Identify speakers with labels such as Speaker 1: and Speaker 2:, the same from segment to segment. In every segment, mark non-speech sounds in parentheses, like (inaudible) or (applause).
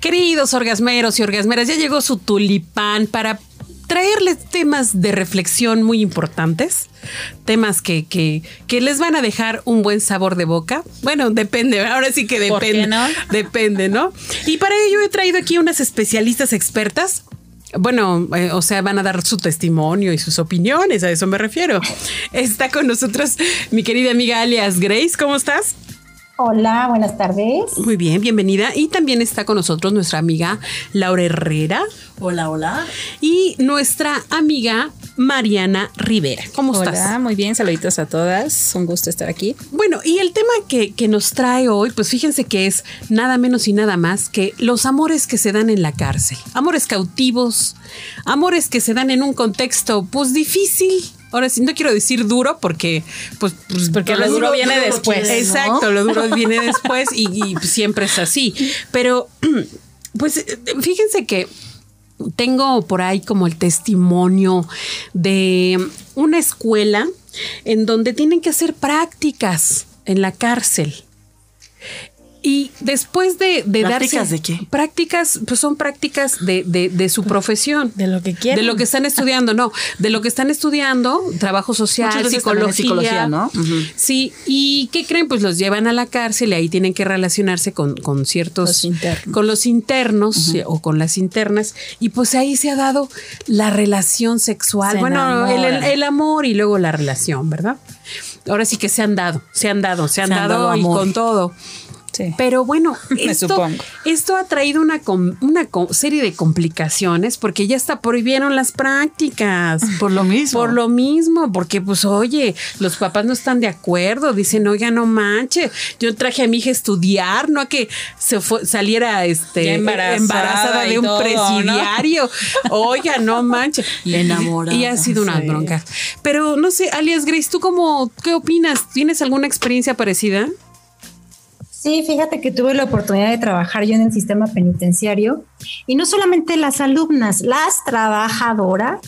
Speaker 1: Queridos orgasmeros y orgasmeras, ya llegó su tulipán para traerles temas de reflexión muy importantes, temas que, que, que les van a dejar un buen sabor de boca. Bueno, depende, ahora sí que
Speaker 2: ¿Por qué
Speaker 1: depende.
Speaker 2: no?
Speaker 1: (laughs) Depende, ¿no? Y para ello he traído aquí unas especialistas expertas. Bueno, eh, o sea, van a dar su testimonio y sus opiniones, a eso me refiero. Está con nosotros mi querida amiga alias Grace, ¿cómo estás?
Speaker 3: Hola, buenas tardes.
Speaker 1: Muy bien, bienvenida. Y también está con nosotros nuestra amiga Laura Herrera
Speaker 2: Hola, hola.
Speaker 1: y nuestra amiga Mariana Rivera. ¿Cómo
Speaker 2: Hola,
Speaker 1: estás?
Speaker 2: muy bien, saluditos a todas. Un gusto estar aquí.
Speaker 1: Bueno, y el tema que, que nos trae hoy, pues fíjense que es nada menos y nada más que los amores que se dan en la cárcel, amores cautivos, amores que se dan en un contexto pues difícil. Ahora sí, no quiero decir duro porque, pues, pues,
Speaker 2: Porque lo duro viene después, ¿no?
Speaker 1: Exacto, lo duro
Speaker 2: (laughs)
Speaker 1: viene después y, y siempre es así. Pero, (clears throat) pues, fíjense que tengo por ahí como el testimonio de una escuela en donde tienen que hacer prácticas en la cárcel. Y después de, de
Speaker 4: ¿Prácticas
Speaker 1: darse-
Speaker 4: de qué? Pues,
Speaker 1: Prácticas, pues son prácticas de, de- de su profesión.
Speaker 2: de lo que quieren.
Speaker 1: De lo que están estudiando, no. De lo que están estudiando, trabajo social,
Speaker 4: Muchas veces también
Speaker 1: psicología.
Speaker 4: es psicología, ¿no? Ujú.
Speaker 1: Sí, ¿y qué creen? Pues los llevan a la cárcel y ahí tienen que relacionarse con, con ciertos...
Speaker 2: Los internos.
Speaker 1: Con los internos eh, o con las internas. Y pues ahí se ha dado la relación sexual.
Speaker 2: Se
Speaker 1: bueno, el, el-
Speaker 2: enamoran.
Speaker 1: el amor y luego la relación, ¿verdad? Ahora sí que se han dado, se han dado, se han, dado, y
Speaker 2: amor.
Speaker 1: con todo.
Speaker 2: Sí.
Speaker 1: Pero bueno,
Speaker 2: (laughs) Me
Speaker 1: esto,
Speaker 2: supongo.
Speaker 1: esto ha traído una, com- una co- serie de complicaciones porque ya hasta prohibieron las
Speaker 2: (laughs)
Speaker 1: prácticas.
Speaker 4: Por lo mismo.
Speaker 1: Por lo mismo, porque pues oye, los papás no están de acuerdo, dicen, oiga, no manches, yo traje a mi hija a estudiar, no a que se fue- saliera este,
Speaker 2: Ya embarazada
Speaker 1: embarazada
Speaker 2: y
Speaker 1: de un
Speaker 2: todo, (laughs)
Speaker 1: presidiario, oiga, no manches.
Speaker 4: Enamorada.
Speaker 1: Y ha sido una
Speaker 2: Sí.
Speaker 1: bronca. Pero no sé, alias Grace, ¿tú cómo, qué opinas? ¿Tienes alguna experiencia parecida?
Speaker 3: Sí, fíjate que tuve la oportunidad de trabajar yo en el sistema penitenciario y no solamente las alumnas, las trabajadoras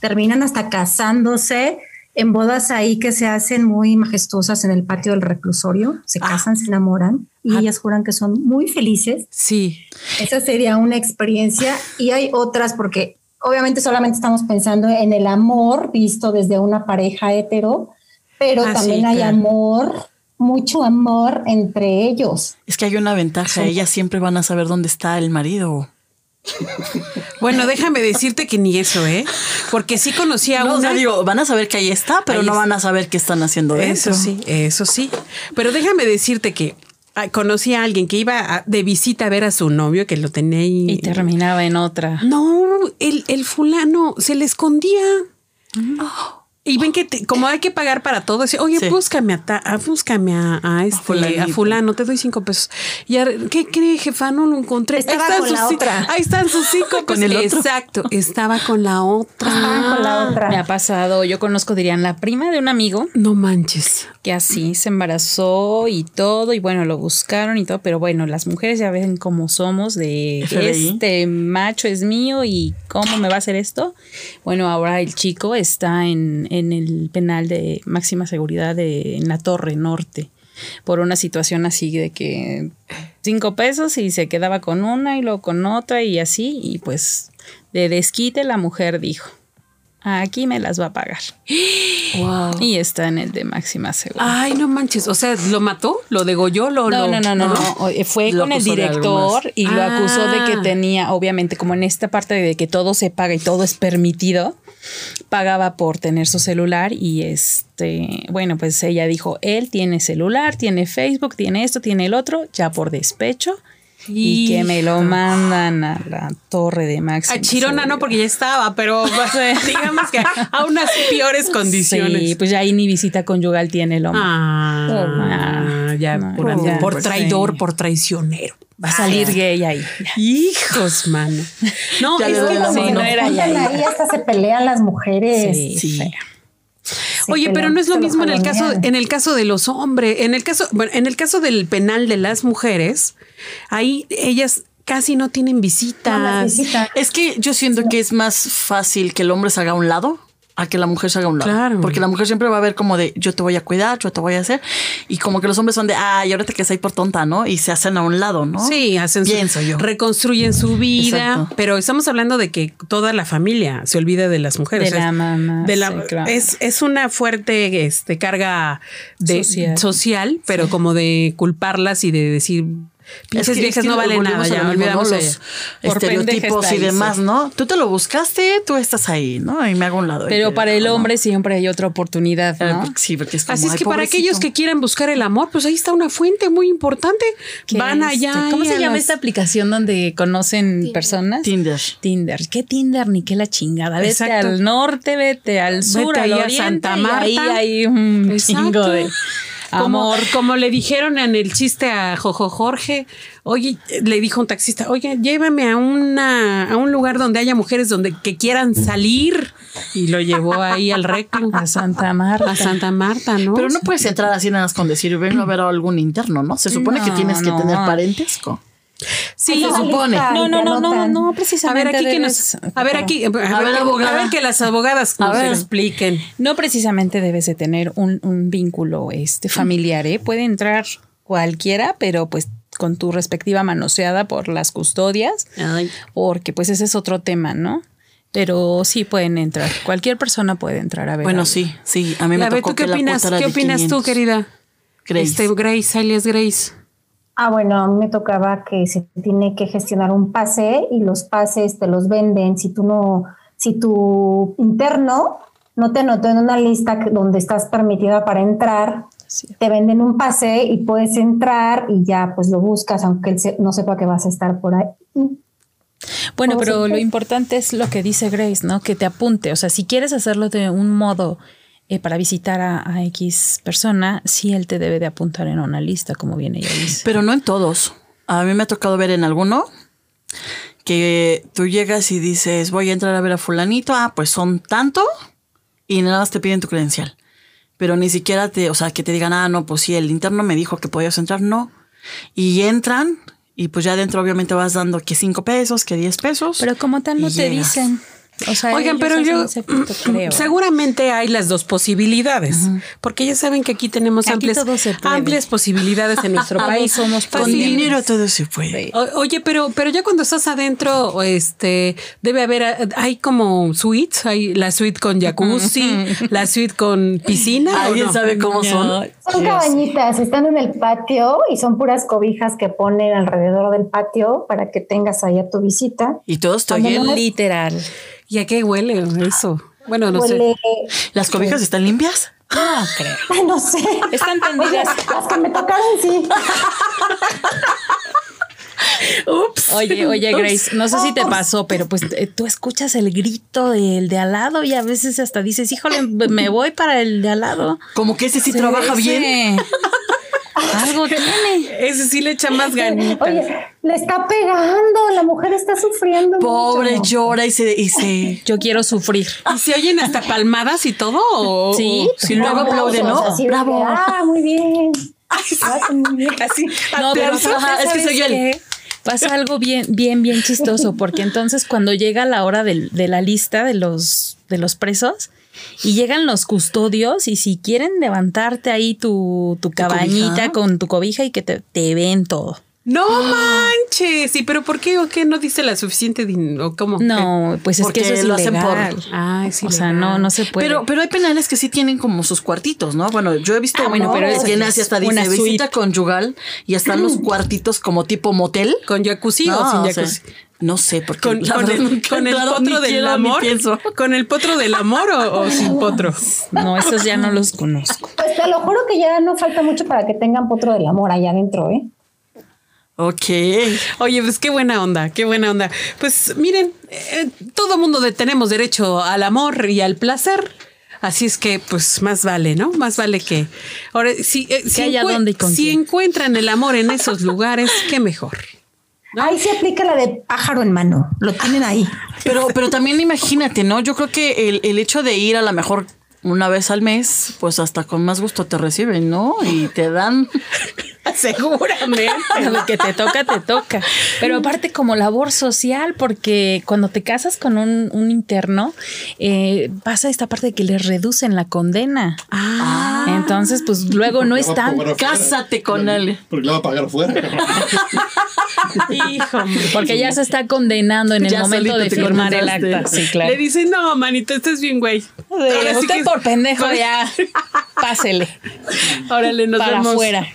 Speaker 3: terminan hasta casándose en bodas ahí que se hacen muy majestuosas en el patio del reclusorio, se
Speaker 1: Ah.
Speaker 3: casan, se enamoran y
Speaker 1: Ah.
Speaker 3: ellas juran que son muy felices.
Speaker 1: Sí,
Speaker 3: Esa sería una experiencia y hay otras porque obviamente solamente estamos pensando en el amor visto desde una pareja hetero, pero
Speaker 1: Ah, sí,
Speaker 3: también hay
Speaker 1: claro.
Speaker 3: amor, mucho amor entre ellos.
Speaker 4: Es que hay una ventaja, ellas siempre van a saber dónde está el marido.
Speaker 1: Bueno, déjame decirte que ni eso, ¿eh? Porque sí conocí a
Speaker 4: No, o
Speaker 1: una.
Speaker 4: sea, digo, van a saber que ahí está, pero
Speaker 1: Ahí
Speaker 4: no
Speaker 1: está.
Speaker 4: van a saber qué están haciendo dentro.
Speaker 1: eso sí, eso sí. Pero déjame decirte que ah, conocí a alguien que iba a- de visita a ver a su novio, que lo tenía ahí.
Speaker 2: Y terminaba en otra.
Speaker 1: No, el, el fulano se le escondía. Y ven que te- como hay que pagar para todo, dice, oye,
Speaker 4: Sí.
Speaker 1: búscame a, ta- a- búscame a, a este a
Speaker 4: fulanito.
Speaker 1: fulano, te doy cinco pesos. Y a- ¿qué cree, jefa? No lo encontré.
Speaker 3: Estaba con
Speaker 1: sus
Speaker 3: la
Speaker 1: ci-
Speaker 3: otra.
Speaker 1: Ahí están sus cinco
Speaker 4: (laughs) Con
Speaker 1: pesos.
Speaker 4: el otro.
Speaker 1: Exacto, estaba con la otra.
Speaker 3: Estaban Ah, con
Speaker 1: ah,
Speaker 3: la
Speaker 2: Me ha
Speaker 3: otra.
Speaker 2: pasado, yo conozco, dirían, la prima de un amigo
Speaker 1: No manches.
Speaker 2: que así se embarazó y todo, y bueno, lo buscaron y todo, pero bueno, las mujeres ya ven cómo somos de
Speaker 4: FBI.
Speaker 2: este macho es mío y cómo me va a hacer esto. Bueno, ahora el chico está en, en el penal de máxima seguridad de, en la Torre Norte por una situación así de que cinco pesos y se quedaba con una y luego con otra y así, y pues de desquite la mujer dijo. Aquí me las va a pagar. Y está en el de máxima seguridad.
Speaker 1: Ay, no manches. O sea, ¿lo mató? ¿Lo degolló? ¿Lo,
Speaker 2: No,
Speaker 1: lo-
Speaker 2: no, no, no, no. O- eh, Fue
Speaker 4: Lo
Speaker 2: con el
Speaker 4: acusó de algo más.
Speaker 2: director y lo
Speaker 1: Ah.
Speaker 2: acusó de que tenía, obviamente, como en esta parte de que todo se paga y todo es permitido, pagaba por tener su celular y este, bueno, pues ella dijo, él tiene celular, tiene Facebook, tiene esto, tiene el otro, ya por despecho. Y, que me lo
Speaker 1: Hijo.
Speaker 2: mandan a la torre de Max.
Speaker 1: A Chirona no, porque ya estaba,
Speaker 2: (laughs)
Speaker 1: pero (laughs) digamos que a unas peores condiciones.
Speaker 2: Sí, pues ya ahí ni visita conyugal tiene el hombre.
Speaker 1: Ah,
Speaker 2: Ah,
Speaker 1: ya,
Speaker 2: no,
Speaker 1: por,
Speaker 2: ya,
Speaker 1: por
Speaker 2: pues,
Speaker 1: traidor,
Speaker 2: sí.
Speaker 1: por traicionero.
Speaker 2: Va a salir
Speaker 1: Ah.
Speaker 2: gay ahí.
Speaker 1: Hijos, mano. No,
Speaker 4: Ya
Speaker 1: es
Speaker 4: le
Speaker 1: que
Speaker 4: veo la
Speaker 1: sí,
Speaker 4: mano.
Speaker 1: no
Speaker 3: no
Speaker 1: era
Speaker 3: era
Speaker 1: ya.
Speaker 3: ahí hasta se pelean las mujeres.
Speaker 2: Sí,
Speaker 4: Sí.
Speaker 2: fea.
Speaker 3: Se
Speaker 1: Oye, pero
Speaker 3: pelean,
Speaker 1: no es lo
Speaker 3: se
Speaker 1: mismo en el caso,
Speaker 3: jalonean.
Speaker 1: en el caso de los hombres, en el caso, bueno, en el caso del penal de las mujeres, ahí ellas casi no tienen
Speaker 3: No, las
Speaker 1: visitas.
Speaker 3: visitas.
Speaker 4: Es que yo siento que es más fácil que el hombre salga a un lado a que la mujer salga a un lado.
Speaker 1: Claro.
Speaker 4: Porque la mujer siempre va a ver como de yo te voy a cuidar, yo te voy a hacer. Y como que los hombres son de, ay, ahora te quedas ahí por tonta, ¿no? Y se hacen a un lado, ¿no?
Speaker 1: Sí, hacen su-
Speaker 4: Pienso yo.
Speaker 1: reconstruyen su vida,
Speaker 4: Exacto.
Speaker 1: pero estamos hablando de que toda la familia se olvida de las mujeres.
Speaker 2: De la
Speaker 1: es-
Speaker 2: mamá,
Speaker 1: de la-
Speaker 2: sí, claro.
Speaker 1: es, es una fuerte este, carga de, social.
Speaker 2: Social.
Speaker 1: pero como de culparlas y de decir,
Speaker 4: Es que-
Speaker 1: pinches viejas
Speaker 4: es que
Speaker 1: no valen
Speaker 4: volvemos
Speaker 1: nada,
Speaker 4: a lo
Speaker 1: ya
Speaker 4: mismo, ¿no?
Speaker 1: olvidamos a
Speaker 4: los
Speaker 1: ella".
Speaker 2: Por
Speaker 4: estereotipos
Speaker 2: pendeja está
Speaker 4: y
Speaker 2: ahí,
Speaker 4: demás,
Speaker 2: sí.
Speaker 4: ¿no? Tú te lo buscaste, tú estás ahí, ¿no? Y me hago a un lado.
Speaker 2: Pero para el hombre siempre hay otra oportunidad,
Speaker 4: Eh,
Speaker 2: ¿no?
Speaker 4: Sí, porque es como,
Speaker 1: Así es
Speaker 4: "Ay,
Speaker 1: que para
Speaker 4: pobrecito".
Speaker 1: aquellos que quieran buscar el amor, pues ahí está una fuente muy importante.
Speaker 2: Que
Speaker 1: Van
Speaker 2: este,
Speaker 1: allá.
Speaker 2: ¿Cómo
Speaker 1: y
Speaker 2: se
Speaker 1: a
Speaker 2: llama
Speaker 1: las-
Speaker 2: esta aplicación donde conocen personas?
Speaker 4: Tinder.
Speaker 2: Tinder. ¿Qué Tinder ni qué la chingada? Vete
Speaker 1: Exacto.
Speaker 2: al norte, vete al sur,
Speaker 1: Vete
Speaker 2: al
Speaker 1: ahí a
Speaker 2: oriente,
Speaker 1: Santa
Speaker 2: y ahí
Speaker 1: Marta.
Speaker 2: hay un
Speaker 1: Exacto.
Speaker 2: chingo de
Speaker 1: Como,
Speaker 2: amor.
Speaker 1: como le dijeron en el chiste a Jojo Jorge, oye, le dijo un taxista, oye, llévame a una, a un lugar donde haya mujeres donde que quieran salir. Y lo llevó ahí al reclu.
Speaker 4: (laughs)
Speaker 2: A Santa Marta.
Speaker 1: A Santa Marta, ¿no?
Speaker 4: Pero no puedes entrar así nada más con decir, ven a ver a algún interno, ¿no? Se supone que
Speaker 2: No,
Speaker 4: tienes
Speaker 2: no.
Speaker 4: que tener parentesco.
Speaker 1: sí,
Speaker 3: Ay,
Speaker 4: supone.
Speaker 3: ay,
Speaker 2: no, no,
Speaker 3: te
Speaker 2: no, no,
Speaker 3: anotan.
Speaker 2: no,
Speaker 1: a ver
Speaker 2: precisamente.
Speaker 1: aquí que
Speaker 2: debes-
Speaker 1: nos, a ver aquí, a ver,
Speaker 4: ver,
Speaker 1: que-
Speaker 4: abogada.
Speaker 1: a ver que las abogadas
Speaker 4: A
Speaker 1: nos
Speaker 4: ver.
Speaker 1: expliquen.
Speaker 2: No precisamente debes de tener un, un vínculo este, familiar, ¿eh? Puede entrar cualquiera, pero pues con tu respectiva manoseada por las custodias, porque pues ese es otro tema, ¿no? Pero sí pueden entrar, cualquier persona puede entrar a ver.
Speaker 4: Bueno,
Speaker 2: algo.
Speaker 4: sí, sí. A mí me
Speaker 1: A ver,
Speaker 4: tocó
Speaker 1: ¿tú qué
Speaker 4: que la
Speaker 1: opinas?
Speaker 4: cuota era
Speaker 1: ¿Qué
Speaker 4: de
Speaker 1: opinas tú,
Speaker 4: 500.
Speaker 1: querida?
Speaker 4: Grace.
Speaker 1: Este Grace, alias Grace.
Speaker 3: Ah, bueno, a mí me tocaba que se tiene que gestionar un pase y los pases te los venden. Si tú no, si tu interno no te anotó en una lista que- donde estás permitida para entrar,
Speaker 2: Sí.
Speaker 3: te venden un pase y puedes entrar y ya pues lo buscas, aunque él se- no sepa que vas a estar por ahí.
Speaker 2: Bueno,
Speaker 3: Vamos
Speaker 2: pero
Speaker 3: a-
Speaker 2: lo importante es lo que dice Grace, ¿no? Que te apunte. O sea, si quieres hacerlo de un modo eh, para visitar a, a X persona, sí él te debe de apuntar en una lista, como bien ella dice.
Speaker 4: Pero no en todos. A mí me ha tocado ver en alguno que tú llegas y dices, voy a entrar a ver a fulanito, ah, pues son tanto, y nada más te piden tu credencial. Pero ni siquiera te, o sea, que te digan, ah, no, pues sí, el interno me dijo que podías entrar, no. Y entran, y pues ya adentro obviamente vas dando que cinco pesos, que 10 pesos.
Speaker 2: Pero como tal no
Speaker 4: y
Speaker 2: te
Speaker 4: llegas.
Speaker 2: dicen. O sea,
Speaker 1: Oigan,
Speaker 2: ellos
Speaker 1: pero
Speaker 2: hacen
Speaker 1: yo mm,
Speaker 2: ese punto,
Speaker 1: (clears throat)
Speaker 2: creo.
Speaker 1: seguramente hay las dos posibilidades, porque ya saben que aquí tenemos
Speaker 2: Aquí
Speaker 1: amplias,
Speaker 2: todo se puede.
Speaker 1: amplias posibilidades en nuestro
Speaker 2: (laughs) Todos
Speaker 1: país.
Speaker 2: somos
Speaker 4: Con
Speaker 1: Fácil.
Speaker 2: posibles.
Speaker 4: dinero todo se puede.
Speaker 1: O- oye, pero, pero ya cuando estás adentro, o este, debe haber, eh, hay como suites, hay la suite con jacuzzi, la suite con piscina. ¿o
Speaker 4: ¿Alguien
Speaker 1: no?
Speaker 4: sabe cómo son?
Speaker 3: Son cabañitas, están en el patio y son puras cobijas que ponen alrededor del patio para que tengas allá tu visita.
Speaker 4: Y todo está
Speaker 3: Ándale.
Speaker 4: bien.
Speaker 2: Literal.
Speaker 1: ¿Y a qué huele eso? Bueno, no sé.
Speaker 3: Huele- (laughs)
Speaker 4: ¿Las cobijas están limpias?
Speaker 2: No creo.
Speaker 3: Ay, no sé.
Speaker 2: Están tendidas.
Speaker 3: Oye, las que me tocaron sí.
Speaker 2: Oye, oye, Grace, no sé si te pasó, pero pues eh, tú escuchas el grito del de al lado y a veces hasta dices, híjole, me voy para el de al lado.
Speaker 4: Como que ese sí
Speaker 2: Se
Speaker 4: trabaja
Speaker 2: ve
Speaker 4: bien.
Speaker 2: ese- Algo tiene.
Speaker 1: Ese sí le echa más ganitas.
Speaker 3: Oye, le está pegando, la mujer está sufriendo.
Speaker 4: Pobre,
Speaker 3: mucho.
Speaker 4: llora y se,
Speaker 1: (laughs)
Speaker 4: y se-
Speaker 2: Yo quiero sufrir.
Speaker 1: ¿Y se oyen hasta palmadas y todo? o-
Speaker 2: Sí.
Speaker 1: o- sí,
Speaker 4: luego aplaude, ¿no?
Speaker 3: Así de que,
Speaker 4: Bravo.
Speaker 3: Ah, muy bien. Lo hace muy bien.
Speaker 1: Así,
Speaker 2: No, pero
Speaker 1: aplausos.
Speaker 2: ajá, es que
Speaker 4: ¿sabes
Speaker 2: soy yo el-
Speaker 4: qué?
Speaker 2: Pasa algo bien, bien, bien chistoso, porque entonces cuando llega la hora del- de la lista de los, de los presos y llegan los custodios y si quieren levantarte ahí tu, tu cabañita
Speaker 4: cobija?
Speaker 2: con tu cobija y que te, te ven todo.
Speaker 1: No manches. ¿Y pero por qué o qué no dice la suficiente din- o cómo?
Speaker 2: No, pues es
Speaker 4: Porque
Speaker 2: que eso es
Speaker 4: lo
Speaker 2: lo
Speaker 4: hacen por-
Speaker 1: Ah, es
Speaker 2: o sea,
Speaker 1: ilegal.
Speaker 2: no, no se puede.
Speaker 4: Pero, pero hay penales que sí tienen como sus cuartitos, ¿no? Bueno, yo he visto
Speaker 2: Ah, bueno,
Speaker 4: uno
Speaker 2: pero
Speaker 4: que
Speaker 2: eso
Speaker 4: tiene
Speaker 2: ya
Speaker 4: así
Speaker 2: es
Speaker 4: hasta dice
Speaker 2: una suite.
Speaker 4: visita conyugal y están los cuartitos como tipo motel.
Speaker 1: Con jacuzzi Mm. o
Speaker 4: no,
Speaker 1: sin
Speaker 4: o
Speaker 1: jacuzzi.
Speaker 4: sea, no sé, porque
Speaker 1: con,
Speaker 4: la
Speaker 1: con
Speaker 4: verdad
Speaker 1: el,
Speaker 4: nunca he
Speaker 1: con el
Speaker 4: entrado,
Speaker 1: potro
Speaker 4: ni
Speaker 1: del
Speaker 4: quiero, ni
Speaker 1: amor.
Speaker 4: pienso.
Speaker 1: Con el potro del amor o, o sin potro.
Speaker 2: no, esos ya no los conozco.
Speaker 3: Pues te lo juro que ya no falta mucho para que tengan potro del amor allá adentro, ¿eh?
Speaker 1: (laughs)
Speaker 4: Ok.
Speaker 1: Oye, pues qué buena onda, qué buena onda. Pues miren, eh, todo mundo de- tenemos derecho al amor y al placer. Así es que, pues más vale, ¿no? Más vale que. Ahora, si, eh, si,
Speaker 2: haya dónde y con
Speaker 1: si
Speaker 2: quién.
Speaker 1: encuentran el amor en esos lugares, qué mejor.
Speaker 3: Ahí se aplica la de pájaro en mano. Lo tienen ahí.
Speaker 4: Pero, pero también imagínate, ¿no? Yo creo que el, el hecho de ir a la mejor una vez al mes, pues hasta con más gusto te reciben, ¿no? Y te dan.
Speaker 2: Seguramente. (laughs) Lo que te toca, te toca. Pero aparte como labor social, porque cuando te casas con un, un interno, eh, pasa esta parte de que les reducen la condena.
Speaker 1: Ah,
Speaker 2: Entonces, pues luego no
Speaker 5: Porque la va a
Speaker 2: están...
Speaker 5: cobrar afuera.
Speaker 4: Cásate con él.
Speaker 5: Porque la va a pagar afuera.
Speaker 1: hijo.
Speaker 2: Porque ya se está condenando en el
Speaker 4: Ya
Speaker 2: momento
Speaker 4: solito
Speaker 2: de
Speaker 4: te
Speaker 2: firmar el
Speaker 4: condenaste.
Speaker 2: acta. Sí, claro.
Speaker 1: Le dice, no, manito, este es bien güey.
Speaker 2: Eh,
Speaker 1: Ahora sí
Speaker 2: usted
Speaker 1: que-
Speaker 2: por pendejo ya. (laughs) Pásele.
Speaker 1: Órale, nos
Speaker 2: para
Speaker 1: vemos.
Speaker 2: afuera.